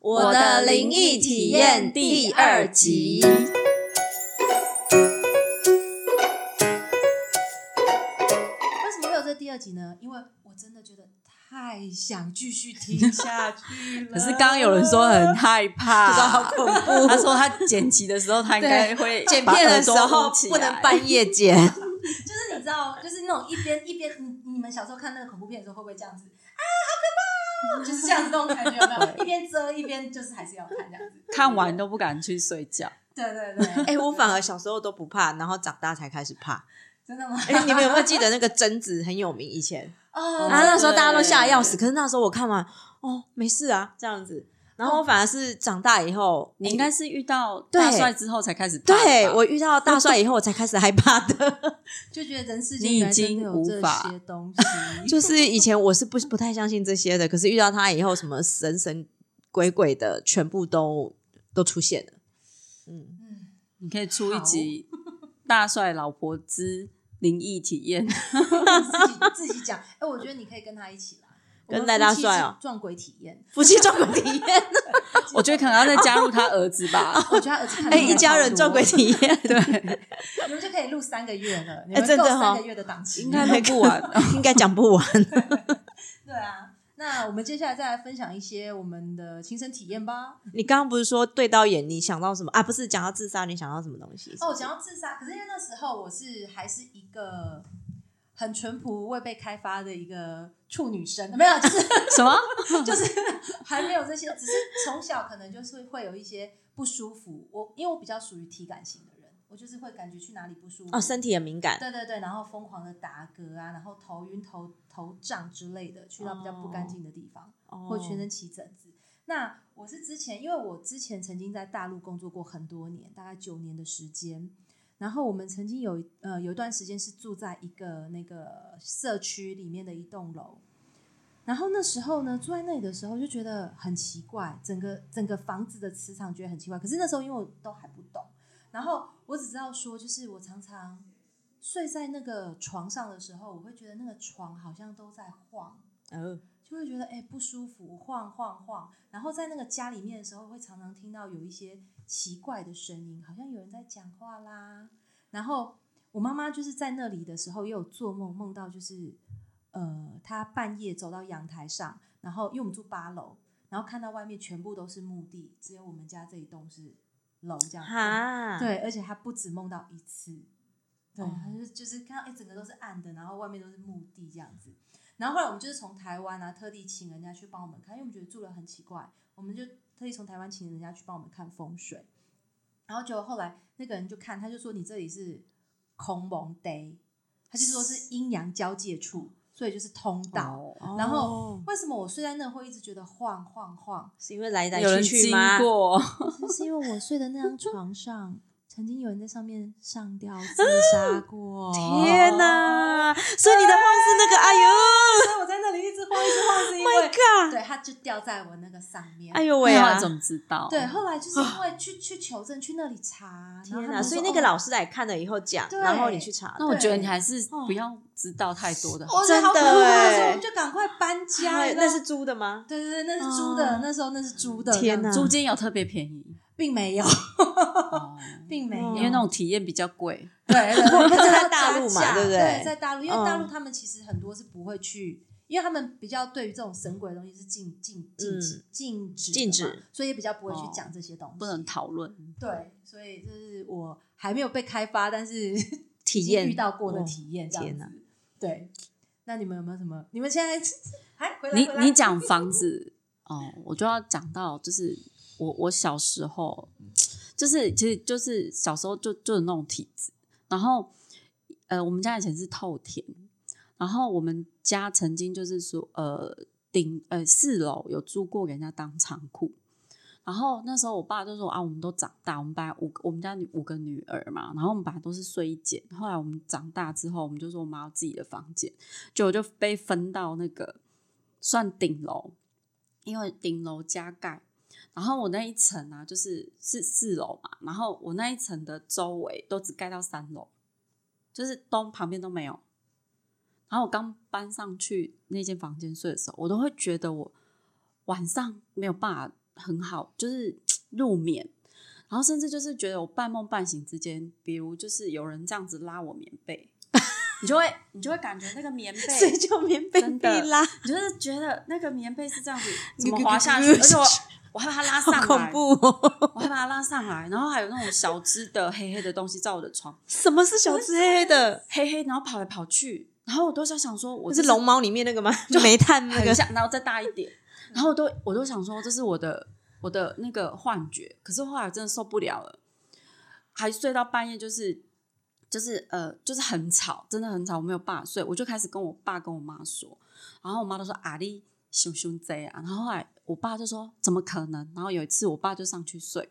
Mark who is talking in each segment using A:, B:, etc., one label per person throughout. A: 我的灵异体验第二集。
B: 为什么会有这第二集呢？因为我真的觉得太想继续听下去 了。
A: 可是刚刚有人说很害怕，
B: 就是好恐怖
A: 他说他剪辑的时候，他应该会
C: 剪
A: 把
C: 片的
A: 耳
C: 时
A: 朵
C: 候
A: 捂起
C: 不能
A: 来
C: 半夜剪，
B: 就是你知道，就是那种一边一边，你你们小时候看那个恐怖片的时候，会不会这样子啊？好可怕哦！就是这样子那种感觉，有没有？一边遮一边就是还是要看这样子。
A: 看完都不敢去睡觉。
B: 对对对，
C: 哎、我反而小时候都不怕，然后长大才开始怕。
B: 真的吗？
C: 哎、你们有没有记得那个贞子很有名？以 前，
B: 哦，
C: 然后那时候大家都吓得要死，
A: 对
C: 可是那时候我看完，哦，没事啊，这样子。然后我反而是长大以后，
A: 哦你应该是遇到
C: 对
A: 大帅之后才开始怕吧。
C: 对我遇到大帅以后，我才开始害怕的。
B: 就觉得人世间原来真的有这些东西，
C: 就是以前我是不不太相信这些的，可是遇到他以后，什么神神鬼鬼的，全部都都出现了。嗯，
B: 嗯，
A: 你可以出一集大帅老婆之灵异体验。
B: 自己自己讲。哎，我觉得你可以跟他一起啦，
C: 跟赖大帅哦
B: 我们夫妻撞鬼体验，
C: 夫妻撞鬼 体验，
A: 我觉得可能要再加入他儿子 吧。
B: 我觉得他儿子看
C: 哎、
B: 得
C: 一家人撞鬼
B: 超
C: 体验，
A: 对，
B: 多，你们就可以录三个月了，你们
C: 真的
B: 够
C: 哦
B: 三个月的档期，
A: 应该录不完。
C: 应该讲不完。
B: 对啊。那我们接下来再来分享一些我们的亲身体验吧。
C: 你刚刚不是说对到眼，你想到什么啊？不是讲到自杀，你想到什么东西？
B: 哦，讲到自杀，可是因为那时候我是还是一个很淳朴、未被开发的一个处女生，没有，就是
A: 什么？
B: 就是还没有这些，只是从小可能就是会有一些不舒服。我因为我比较属于体感型的人，我就是会感觉去哪里不舒服，
C: 哦，身体很敏感，
B: 对对对，然后疯狂的打嗝啊，然后头晕、头头胀之类的，去到比较不
C: 哦
B: 干净的地方，或全身起疹子。那我是之前，因为我之前曾经在大陆工作过很多年，大概九年的时间。然后我们曾经有一呃有一段时间是住在一个那个社区里面的一栋楼，然后那时候呢住在那里的时候就觉得很奇怪，整个整个房子的磁场觉得很奇怪。可是那时候因为我都还不懂，然后我只知道说，就是我常常睡在那个床上的时候，我会觉得那个床好像都在晃，
C: 哦，
B: 就会觉得哎、不舒服，晃晃晃。然后在那个家里面的时候，会常常听到有一些奇怪的声音，好像有人在讲话啦。然后我妈妈就是在那里的时候，也有做梦，梦到就是呃，她半夜走到阳台上，然后因为我们住八楼，然后看到外面全部都是墓地，只有我们家这一栋是楼这样子。
C: 哦哈，，
B: 对，而且他不止梦到一次，对，
C: 哦
B: 他就是就是看到哎，整个都是暗的，然后外面都是墓地这样子。然后后来我们就是从台湾啊，特地请人家去帮我们看，因为我们觉得住的很奇怪，我们就特地从台湾请人家去帮我们看风水。然后结果后来那个人就看，他就说你这里是空蒙 day，他就说是阴阳交界处，所以就是通道。
A: 哦
B: 然后为什么我睡在那会一直觉得晃晃晃？
C: 是因为来来
A: 有人
C: 去去
A: 经
C: 吗？哦
A: 过，
B: 就是因为我睡的那张床上，曾经有人在上面上 吊自杀过。
C: 天哪！所以你的梦是那个，哎呦
B: 所以我在那里一直晃，一直晃，是因为、
C: ，Oh ，My God，
B: 对，他就掉在我那个上面。
C: 哎呦喂啊
A: 他！怎么知道？
B: 对，后来就是因为去去求证，去那里查。然后他
C: 天哪！
B: 们
C: 所以
B: 说
C: 那个
B: 哦
C: 老师来看了以后讲，
B: 对
C: 然后你去查，
A: 那我觉得
B: 对哦
A: 你还是不要知道太多的好。
B: 我觉得好
C: 真
B: 可
C: 的
B: 怕，
C: 欸
B: 所以我们就赶快搬家
C: 哎
B: 了。
C: 那是租 的吗？
B: 对对对，那是租的，
C: 哦
B: 那时候那是租的。
C: 天
B: 哪，
C: 哪
A: 租金有特别便宜，
B: 并没有，
A: 哦
B: 并没有，
C: 嗯
A: 因为那种体验比较贵。
B: 对，对对
C: 这 在大陆嘛
B: 加价
C: 对不
B: 对？
C: 对
B: 在大陆，因为大陆
C: 嗯
B: 他们其实很多是不会去，因为他们比较对于这种神鬼的东西是禁禁禁止禁止的嘛
C: 嗯禁止，
B: 所以也比较不会去
A: 哦
B: 讲这些东西。
A: 不能讨论。
B: 对，所以这是我还没有被开发，但是
C: 体
B: 已经
C: 验
B: 遇到过的
C: 哦
B: 体验，这样
C: 天
B: 子
C: 哪。
B: 对，那你们有没有什么？你们现在还回来？
A: 你
B: 回来
A: 你讲房子哦，我就要讲到，就是我我小时候，就是其实就是小时候就就是那种体质，然后呃，我们家以前是透天，然后我们家曾经就是说呃顶呃四楼有租过给人家当仓库。然后那时候我爸就说啊，我们都长大，我们本来五个我们家女五个女儿嘛，然后我们本来都是睡一间，后来我们长大之后，我们就说我们要自己的房间，结果就被分到那个算顶楼，因为顶楼加盖。然后我那一层啊，就是是四楼嘛，然后我那一层的周围都只盖到三楼，就是东旁边都没有。然后我刚搬上去那间房间睡的时候，我都会觉得我晚上没有办法很好，就是入眠，然后甚至就是觉得我半梦半醒之间，比如就是有人这样子拉我棉被，你就会你就会感觉那个棉
C: 所以
A: 被，
C: 就棉 被
A: 真
C: 被
A: 的
C: 拉，
A: 你就是觉得那个棉被是这样 子怎么滑下去，而且我我害怕它拉上
C: 好恐
A: 来，
C: 怖哦！
A: 我害怕它拉上来，然后还有那种小只的黑黑的东西在我的床，
C: 什么是小只黑黑的？
A: 黑黑，然后跑来跑去，然后我都在想说，我
C: 那
A: 这
C: 是龙猫里面那个吗？就 煤炭那
A: 很
C: 个？
A: 像，然后再大一点， 然后我都我都想说这是我的我的那个幻觉，可是后来真的受不了了，还睡到半夜，就是就是呃就是很吵，真的很吵，我没有办法睡，我就开始跟我爸跟我妈说，然后我妈都说啊你熊熊贼啊，然后后来我爸就说怎么可能，然后有一次我爸就上去睡，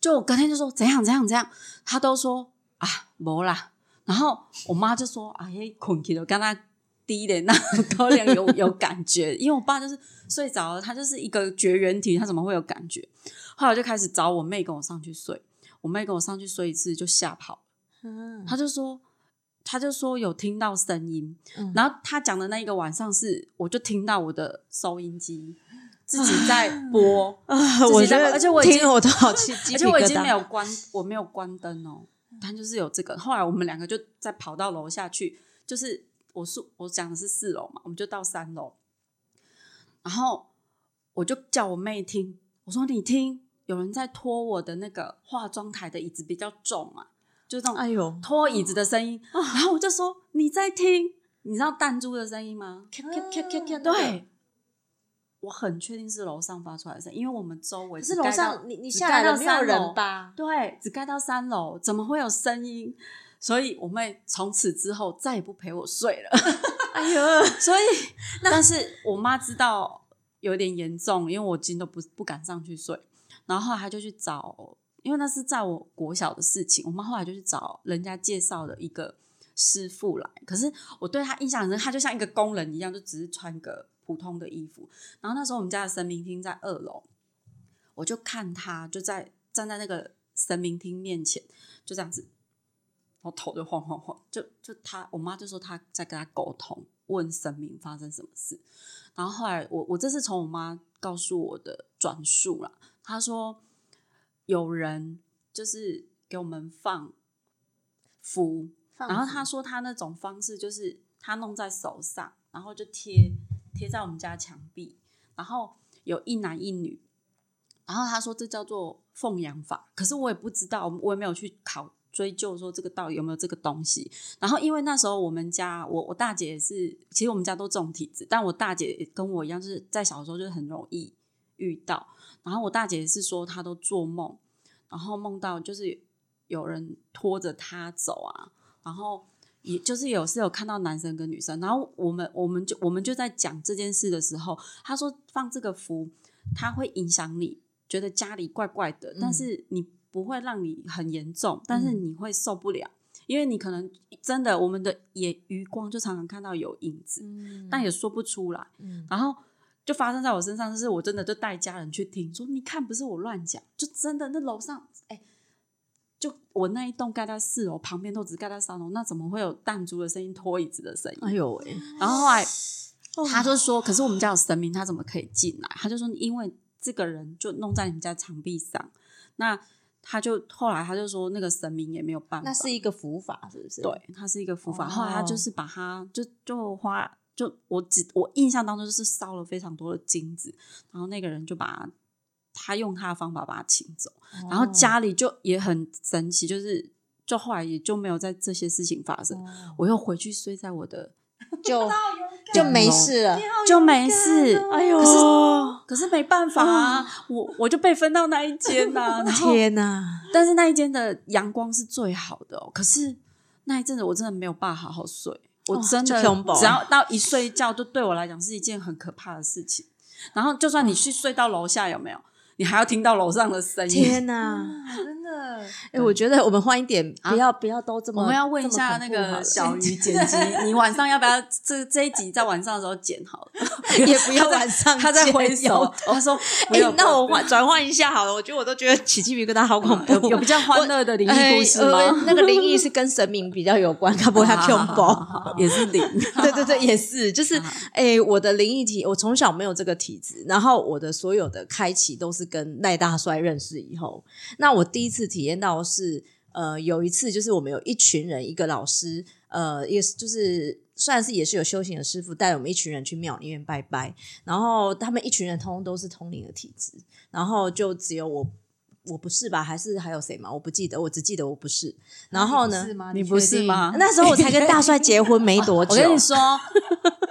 A: 就我隔天就说怎样怎样怎样，他都说啊没啦，然后我妈就说啊嘿困起了，跟他。低的那高粱有有感觉， 因为我爸就是睡着了，他就是一个绝缘体，他怎么会有感觉？后来我就开始找我妹跟我上去睡，我妹跟我上去睡一次就吓跑了，
C: 嗯
A: 她就说，她就说有听到声音，
C: 嗯
A: 然后她讲的那一个晚上是，我就听到我的收音机自己在播，
C: 啊
A: 自
C: 我
A: 己
C: 觉
A: 在
C: 得
A: 而且我已经
C: 听了我都好 起鸡
A: 而
C: 皮
A: 且我已
C: 疙
A: 经没
C: 瘩。
A: 有关，我没有关灯哦，但就是有这个。后来我们两个就再跑到楼下去，就是我宿我讲的是四楼嘛，我们就到三楼，然后我就叫我妹听，我说你听，有人在拖我的那个化妆台的椅子比较重啊，就是那种
C: 哎呦，哦
A: 拖椅子的声音，然后我就说你在听，你知道弹珠的声音吗？咔咔咔咔
B: 啊
A: 咔对。我很确定是楼上发出来的声音，因为我们周围
C: 可是
A: 只
C: 楼
A: 盖到
C: 上你你
A: 只
C: 下
A: 盖
C: 来
A: 到
C: 了没有
A: 三
C: 人
A: 楼
C: 吧？
A: 对，只盖到三楼，怎么会有声音？所以我妹从此之后再也不陪我睡了。
C: 哎呦，
A: 所以，但是我妈知道有点严重，因为我今天都不不敢上去睡。然后后来她就去找，因为那是在我国小的事情，我妈后来就去找人家介绍的一个师傅来。可是我对她印象很深，她就像一个工人一样，就只是穿个普通的衣服。然后那时候我们家的神明厅在二楼，我就看她就在站在那个神明厅面前，就这样子。然后头就晃晃晃，就就他，我妈就说她在跟他沟通，问神明发生什么事。然后后来我我这是从我妈告诉我的转述啦，她说有人就是给我们放符，然后她说她那种方式就是她弄在手上，然后就贴贴在我们家墙壁，然后有一男一女，然后他说这叫做奉养法，可是我也不知道，我也没有去考追究说这个到底有没有这个东西。然后因为那时候我们家，我我大姐也是，其实我们家都这种体质，但我大姐也跟我一样，就是在小时候就是很容易遇到。然后我大姐也是说她都做梦，然后梦到就是有人拖着她走啊，然后。也就是有是有看到男生跟女生，然后我们我们就我们就在讲这件事的时候，她说放这个符，它会影响你觉得家里怪怪的，但是你不会让你很严重，但是你会受不了，因为你可能真的我们的眼余光就常常看到有影子，
B: 嗯
A: 但也说不出来。
C: 嗯
A: 然后就发生在我身上，就是我真的就带家人去听，说你看不是我乱讲，就真的那楼上哎。就我那一栋盖在四楼，旁边都只盖在三楼，那怎么会有弹珠的声音、拖椅子的声音？
C: 哎呦 喂，
A: 然后后来
C: 哦
A: 他就说：“可是我们家有神明，他怎么可以进来？”他就说：“因为这个人就弄在你们家墙壁上。”那他就后来他就说，那个神明也没有办法。
C: 那是一个伏法是不是？
A: 对，它是一个伏法。
C: 哦
A: 后来他就是把它就就花就我只我印象当中就是烧了非常多的金子，然后那个人就把它他用他的方法把它请走。
C: 哦，
A: 然后家里就也很神奇，就是就后来也就没有在这些事情发生。
C: 哦
A: 我又回去睡在我的
C: 就
B: 好哦勇敢
C: 就没事了
B: 你。好
A: 就
B: 勇
A: 没
B: 敢
A: 事
B: 哦
C: 哎呦
A: 可，可是没办法啊，我我就被分到那一间 呐、然后，
C: 天哪！
A: 但是那一间的阳光是最好的、哦。可是那一阵子我真的没有办法好好睡，我
C: 哦
A: 真的
C: 就恐怖
A: 只要到一睡觉，就对我来讲是一件很可怕的事情。然后，就算你去睡到楼下，有没有？你还要听到楼上的声音。
C: 天 哪！
B: 啊真的，
C: 哎，我觉得我们换一点，
A: 啊
C: 不要不要都这么。
A: 我们要问一下
C: 这
A: 那
C: 么恐怖好
A: 个
C: 了
A: 小鱼剪辑，你晚上要不要这这一集在晚上的时候剪好了？
C: 也不要
A: 他在
C: 晚上
A: 他在
C: 剪
A: 挥手，他说：“不
C: 哎
A: 要，不
C: 那
A: 要
C: 我
A: 不要
C: 换转换一下好了，我觉得我都觉得起鸡皮疙瘩好恐怖。
A: 有有 比较欢乐的灵异故事
C: 哎呃
A: 吗？
C: 那个灵异是跟神明比较有关，他不会他
A: 好
C: 恐
A: 好好
C: 怖。
A: 好好也是灵。
C: 对对对，也是，就是
A: 好
C: 哎、我的灵异体，我从小没有这个体质，然后我的所有的开启都是跟赖大帅认识以后，那我第一次体验到是，呃，有一次就是我们有一群人，一个老师，呃，也是就是虽然是也是有修行的师傅带我们一群人去庙里面拜拜，然后他们一群人通通都是通灵的体质，然后就只有我。我不是吧？还是还有谁嘛？我不记得，我只记得我不是。然后 呢？
B: 是吗？
A: 你
B: 确
A: 不是
B: 定？
A: 吗？
C: 那时候我才跟大帅结婚没多久，
A: 我跟你说，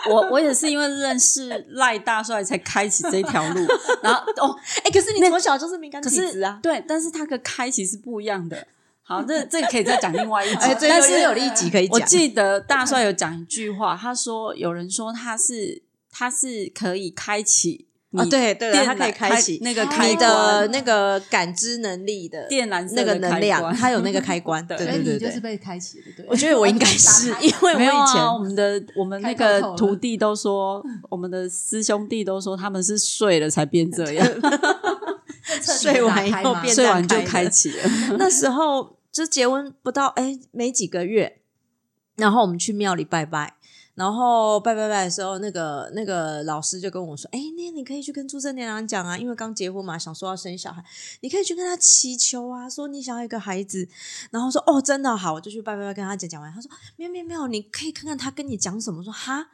A: 我我也是因为认识赖大帅才开启这条 路，然后哦，
C: 哎、可是你从小就是敏感体
A: 可是
C: 质啊，
A: 对，但是他的开启是不一样的。好，这这个可以再讲另外一集，
C: 哎、对，
A: 但是
C: 有有一集可以
A: 我
C: 讲，
A: 记得大帅有讲一句话，他说有人说他是他是可以开启
C: 哦，
A: 你
C: 对对
A: 电
C: 了，
A: 缆
C: 它可以开启
A: 那个
B: 你
A: 开
C: 你的
A: 关
C: 那个感知能力的
A: 电缆色
C: 那个
A: 的
C: 能
A: 开
C: 量，
A: 关
C: 它有那个开 关，对
A: 对
B: 所以
C: 对
B: 哎你
C: 对
B: 就是
C: 对。
B: 被开启的，对。哦
C: 我觉得我应 该是，因为我
A: 没有
C: 以
A: 啊，我
C: 前
A: 们的我们那
B: 开放
A: 个
B: 口了
A: 徒弟都说，我们的师兄弟都说他们是睡了才变这 样，
C: 睡完以后变
A: 睡完就
C: 打开
A: 开
C: 的
A: 启了。
C: 那时候就结婚不到哎没几个月，然后我们去庙里拜拜，然后拜拜拜的时候，那个那个老师就跟我说：“哎，那你可以去跟朱正年郎讲啊，因为刚结婚嘛，想说要生小孩，你可以去跟他祈求啊，说你想要一个孩子。”然后说：“哦，真的好，我就去拜拜拜跟他讲。”讲完，他说：“没有没有没有，你可以看看他跟你讲什么。”我说：“哈。”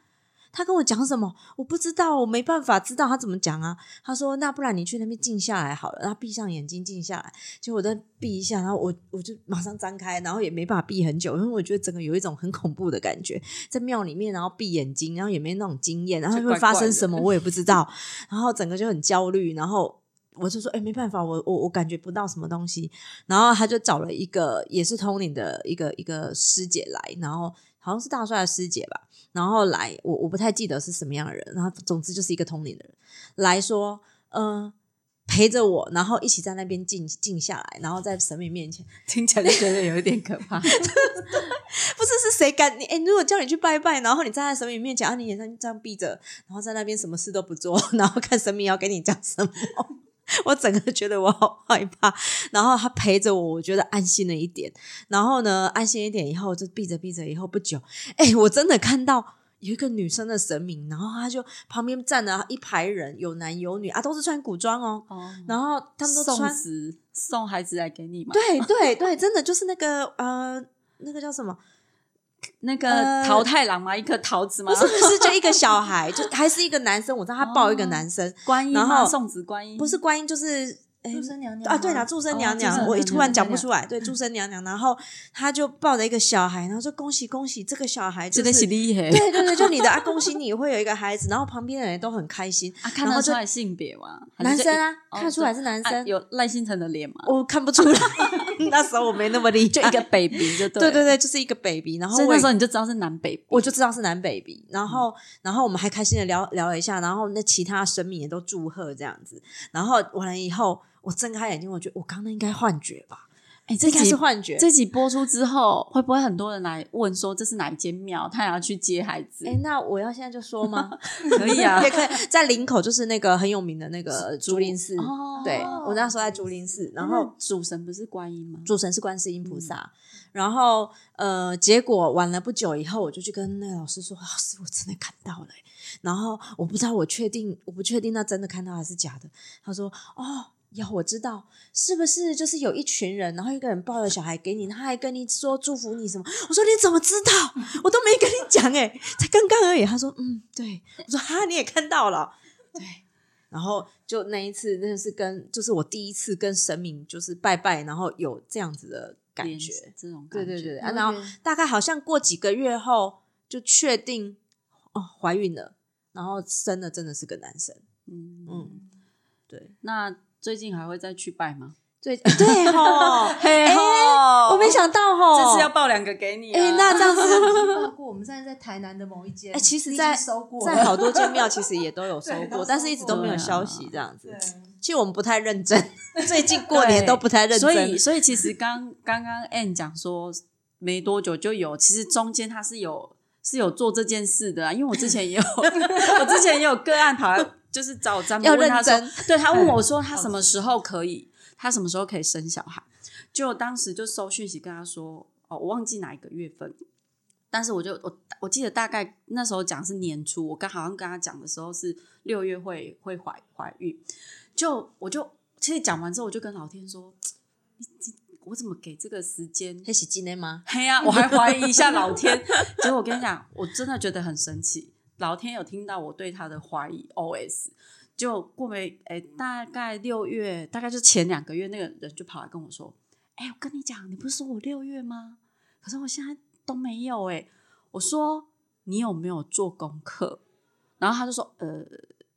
C: 他跟我讲什么？我不知道，我没办法知道他怎么讲啊。他说：“那不然你去那边静下来好了。”然后闭上眼睛静下来，结果我在闭一下，然后我我就马上张开，然后也没办法闭很久，因为我觉得整个有一种很恐怖的感觉，在庙里面，然后闭眼睛，然后也没那种经验，然后
A: 就
C: 会
A: 怪
C: 发
A: 怪
C: 生
A: 的
C: 什么我也不知道，然后整个就很焦虑，然后。我就说，哎、没办法，我我我感觉不到什么东西。然后他就找了一个也是通灵的一个一个师姐来，然后好像是大帅的师姐吧，然后来，我我不太记得是什么样的人，然后总之就是一个通灵的人来说，嗯，陪着我，然后一起在那边静静下来，然后在神明面前，
A: 听起来就觉得有一点可怕。
C: 不是是谁敢你？哎、如果叫你去拜拜，然后你站在神明面前，啊，你眼睛这样闭着，然后在那边什么事都不做， 然后看神明要跟你讲什么。 我整个觉得我好害怕，然后他陪着我，我觉得安心了一点。然后呢，安心一点以后，就闭着闭着以后不久，哎，我真的看到有一个女生的神明，然后她就旁边站了一排人，有男有女啊，都是穿古装哦，
A: 哦，
C: 然后他们都
A: 送
C: 穿
A: 子送孩子来给你嘛？
C: 对对对，真的就是那个呃，那个叫什么？
A: 那个
C: 呃
A: 桃太郎吗？一颗桃子吗
C: 不？是不是，就一个小孩，就还是一个男生，我知道他抱
A: 哦
C: 一个男生，
A: 观音
C: 然
A: 吗？
C: 后
A: 送子观音
C: 不是观音就是。哎
B: 祝生娘娘
C: 啊，对
B: 了，
C: 啦，祝生
A: 哦
C: 娘
A: 祝
C: 娘，
A: 生
C: 我一
A: 娘
C: 突然
B: 娘
C: 讲不出来。对，祝生娘娘，然后他就抱着一个小孩，然后说恭喜恭喜，这个小孩就
A: 真的是
C: 是，
A: 厉害
C: 对对对，就你的啊，恭喜你会有一个孩子，然后旁边的人都很开心，
A: 啊！看
C: 然后
A: 得
C: 就
A: 出来性别吗？还
C: 男
A: 是就
C: 生
A: 一
C: 啊，
A: 哦
C: 看得出来是男
A: 啊
C: 生，
A: 有赖星辰的脸吗？
C: 我看不出 来，那时候我没那么厉害，
A: 就一个 baby 就
C: 对
A: 对
C: 对
A: 了，
C: 对，就是一个 baby，然后
A: 所以
C: 我
A: 那
C: 也
A: 时候你就知道是南北
C: 我就知道是南北鼻，然后、然后我们还开心的聊聊了一下，然后那其他神明也都祝贺这样子，然后完了以后，我睁开眼睛，我觉得我刚刚那应该幻觉吧，
A: 哎，这
C: 应该
A: 集
C: 是幻觉。
A: 这集播出之后，会不会很多人来问说这是哪一间庙？他也要去接孩子
C: 哎、？那我要现在就说吗？
A: 可以啊
C: 也，可以在林口，就是那个很有名的那个竹林寺。
A: 哦
C: 对我那时候在竹林寺，然后
A: 那主神不是观音吗？
C: 主神是观世音菩萨。然后呃，结果晚了不久以后，我就去跟那个老师说：“老师，我真的看到了欸、然后我不知道，我确定，我不确定那真的看到还是假的。他说：“哦。”有我知道，是不是就是有一群人，然后一个人抱着小孩给你，他还跟你说祝福你什么？我说你怎么知道？我都没跟你讲哎、才刚刚而已。他说嗯，对。我说哈，你也看到了，然后就那一次，那是跟就是我第一次跟神明就是拜拜，然后有这样子的感
A: 连
C: 觉。
A: 这种感
C: 对
A: 觉，
C: 对对，
B: 我
C: 啊、
B: 觉
C: 然后
B: 得
C: 大概好像过几个月后就确定哦怀孕了，然后生的真的是个男生。
A: 嗯嗯。
C: 嗯，对
A: 那最近还会再去拜吗？
C: 对对吼，
A: 嘿
C: 吼
A: 吼
C: 哎我没想到吼，
A: 哎这次要报两个给你、啊。
C: 哎那这样
B: 我
C: 子。
B: 们已经报过，我们现在在台南的某一间，
C: 哎其实
B: 你已
C: 在
B: 经收过了
C: 在好多间庙其实也都有收
B: 对都
C: 过，
B: 收
C: 但是一直都没有
A: 过
C: 消息这样子
B: 对。
C: 其实我们不太认真， 最近过年
A: 对
C: 都不太认真。
A: 所以所以其实刚刚刚 N 讲说没多久就有，其实中间他是有是有做这件事的啊，因为我之前 也有，我之前也有个案跑来就是找詹姆
C: 要
A: 问他说
C: 认真，
A: 对他问我说他什么时候可以，他什么时候可以生小孩，就当时就收讯息跟他说，哦，我忘记哪一个月份。但是我就我我记得大概那时候讲是年初，我刚好像跟他讲的时候是六月会会怀怀孕，就我就其实讲完之后，我就跟老天说，你你我怎么给这个时间？
C: 黑喜今天吗？
A: 嘿呀、我还怀疑一下老天。 结果我跟你讲，我真的觉得很神奇，老天有听到我对他的怀疑 OS。就过没哎，大概六月，大概就前两个月，那个人就跑来跟我说：“哎、我跟你讲，你不是说我六月吗？可是我现在都没有哎、我说：“你有没有做功课？”然后他就说：“呃。”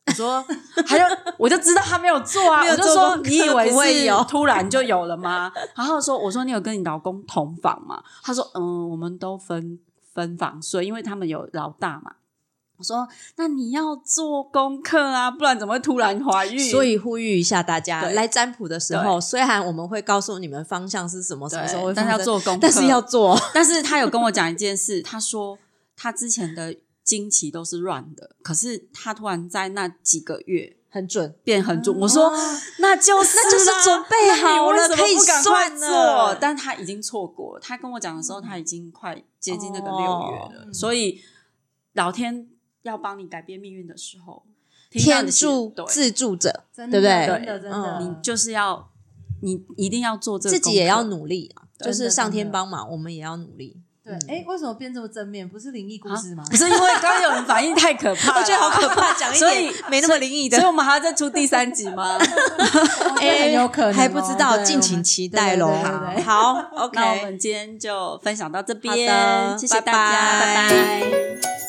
A: 我说，他就我就知道他没有做啊，
C: 没有
A: 我就
C: 做
A: 说
C: 功课
A: 你以为
C: 不会有
A: 是突然就有了吗？然后说我说你有跟你老公同房吗？他说嗯，我们都分分房睡，因为他们有老大嘛。我说那你要做功课啊，不然怎么会突然怀孕？
C: 所以呼吁一下大家，
A: 对
C: 来占卜的时候，虽然我们会告诉你们方向是什么，什
A: 对
C: 么时候会，
A: 但是要，做功课，
C: 但是要做。
A: 但是他有跟我讲一件事，他说他之前的经期都是乱的，可是他突然在那几个月
C: 很准，
A: 变很准。我说
B: 哦
A: 那就是
C: 嗯哦那就是
A: 啦
C: 准备好了
A: 那你为什么不赶快
C: 可以算了嗯
A: 做，但他已经错过了。他跟我讲的时候，他已经快接近那个六月了，
B: 哦
A: 所以老天要帮你改变命运的时候，听到
C: 天
A: 你
C: 助
A: 对
C: 自助者，
B: 真的
C: 对不对
B: 真的真的，
C: 嗯
A: 你就是要你一定要做这个
C: 自
A: 功课，
C: 己也要努力啊，
B: 对
C: 就是上天
B: 真的
C: 帮忙，我们也要努力。嗯
B: 对，哎，为什么变这么正面？不是灵异故事吗？
A: 啊
C: 啊
A: 不是因为刚刚有人反应太可怕了，
C: 我觉得好可 怕，讲一
A: 所
C: 点
A: 以
C: 没那么灵异 的哎
A: 所以。我们还要再出第三集 吗？
B: 我觉得很有可能哦，
C: 还不知道，
B: 对
C: 敬请期待喽。
B: 我们对对对对对
C: 好
A: 那我
C: ，OK，
A: 们今天就分享到这
C: 好
A: 边，
C: 的，
A: 谢谢大家，
C: 拜
A: 拜拜